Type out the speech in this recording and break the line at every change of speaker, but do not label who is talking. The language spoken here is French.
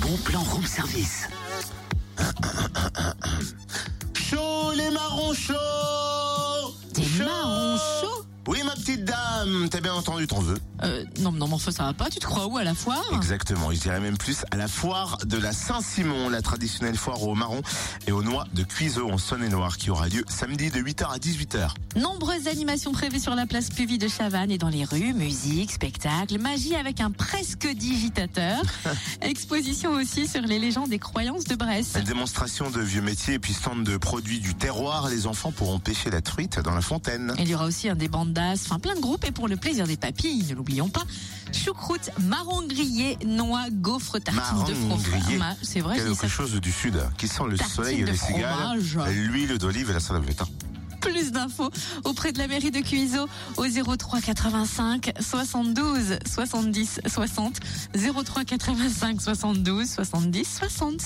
bon plan room service.
Chaud, les marrons chauds
Des
Chaud
marrons chauds
Oui, ma petite dame, t'as bien entendu ton vœu.
Euh, non, non, mais enfin, ça va pas, tu te crois où à la foire
Exactement, je dirais même plus à la foire de la Saint-Simon, la traditionnelle foire aux marrons et aux noix de Cuiseau en Saône-et-Loire qui aura lieu samedi de 8h à 18h.
Nombreuses animations prévues sur la place Puvis de Chavannes et dans les rues, musique, spectacle, magie avec un presque digitateur. Exposition aussi sur les légendes et croyances de Brest.
Une démonstration de vieux métiers et puis stand de produits du terroir, les enfants pourront pêcher la truite dans la fontaine.
Il y aura aussi un des bandas, enfin plein de groupes et pour le plaisir des papilles, ne l'oublions pas, choucroute, marron grillé, noix, gaufre, tartine de
Marron grillé.
fromage. Ma- C'est vrai, je dis
Quelque
ça.
chose du sud qui sent le
Tartine
soleil et
de
les cigales,
fromage.
l'huile d'olive et la salade de
Plus d'infos auprès de la mairie de Cuiseau au 03 85 72 70 60 03 85 72 70 60.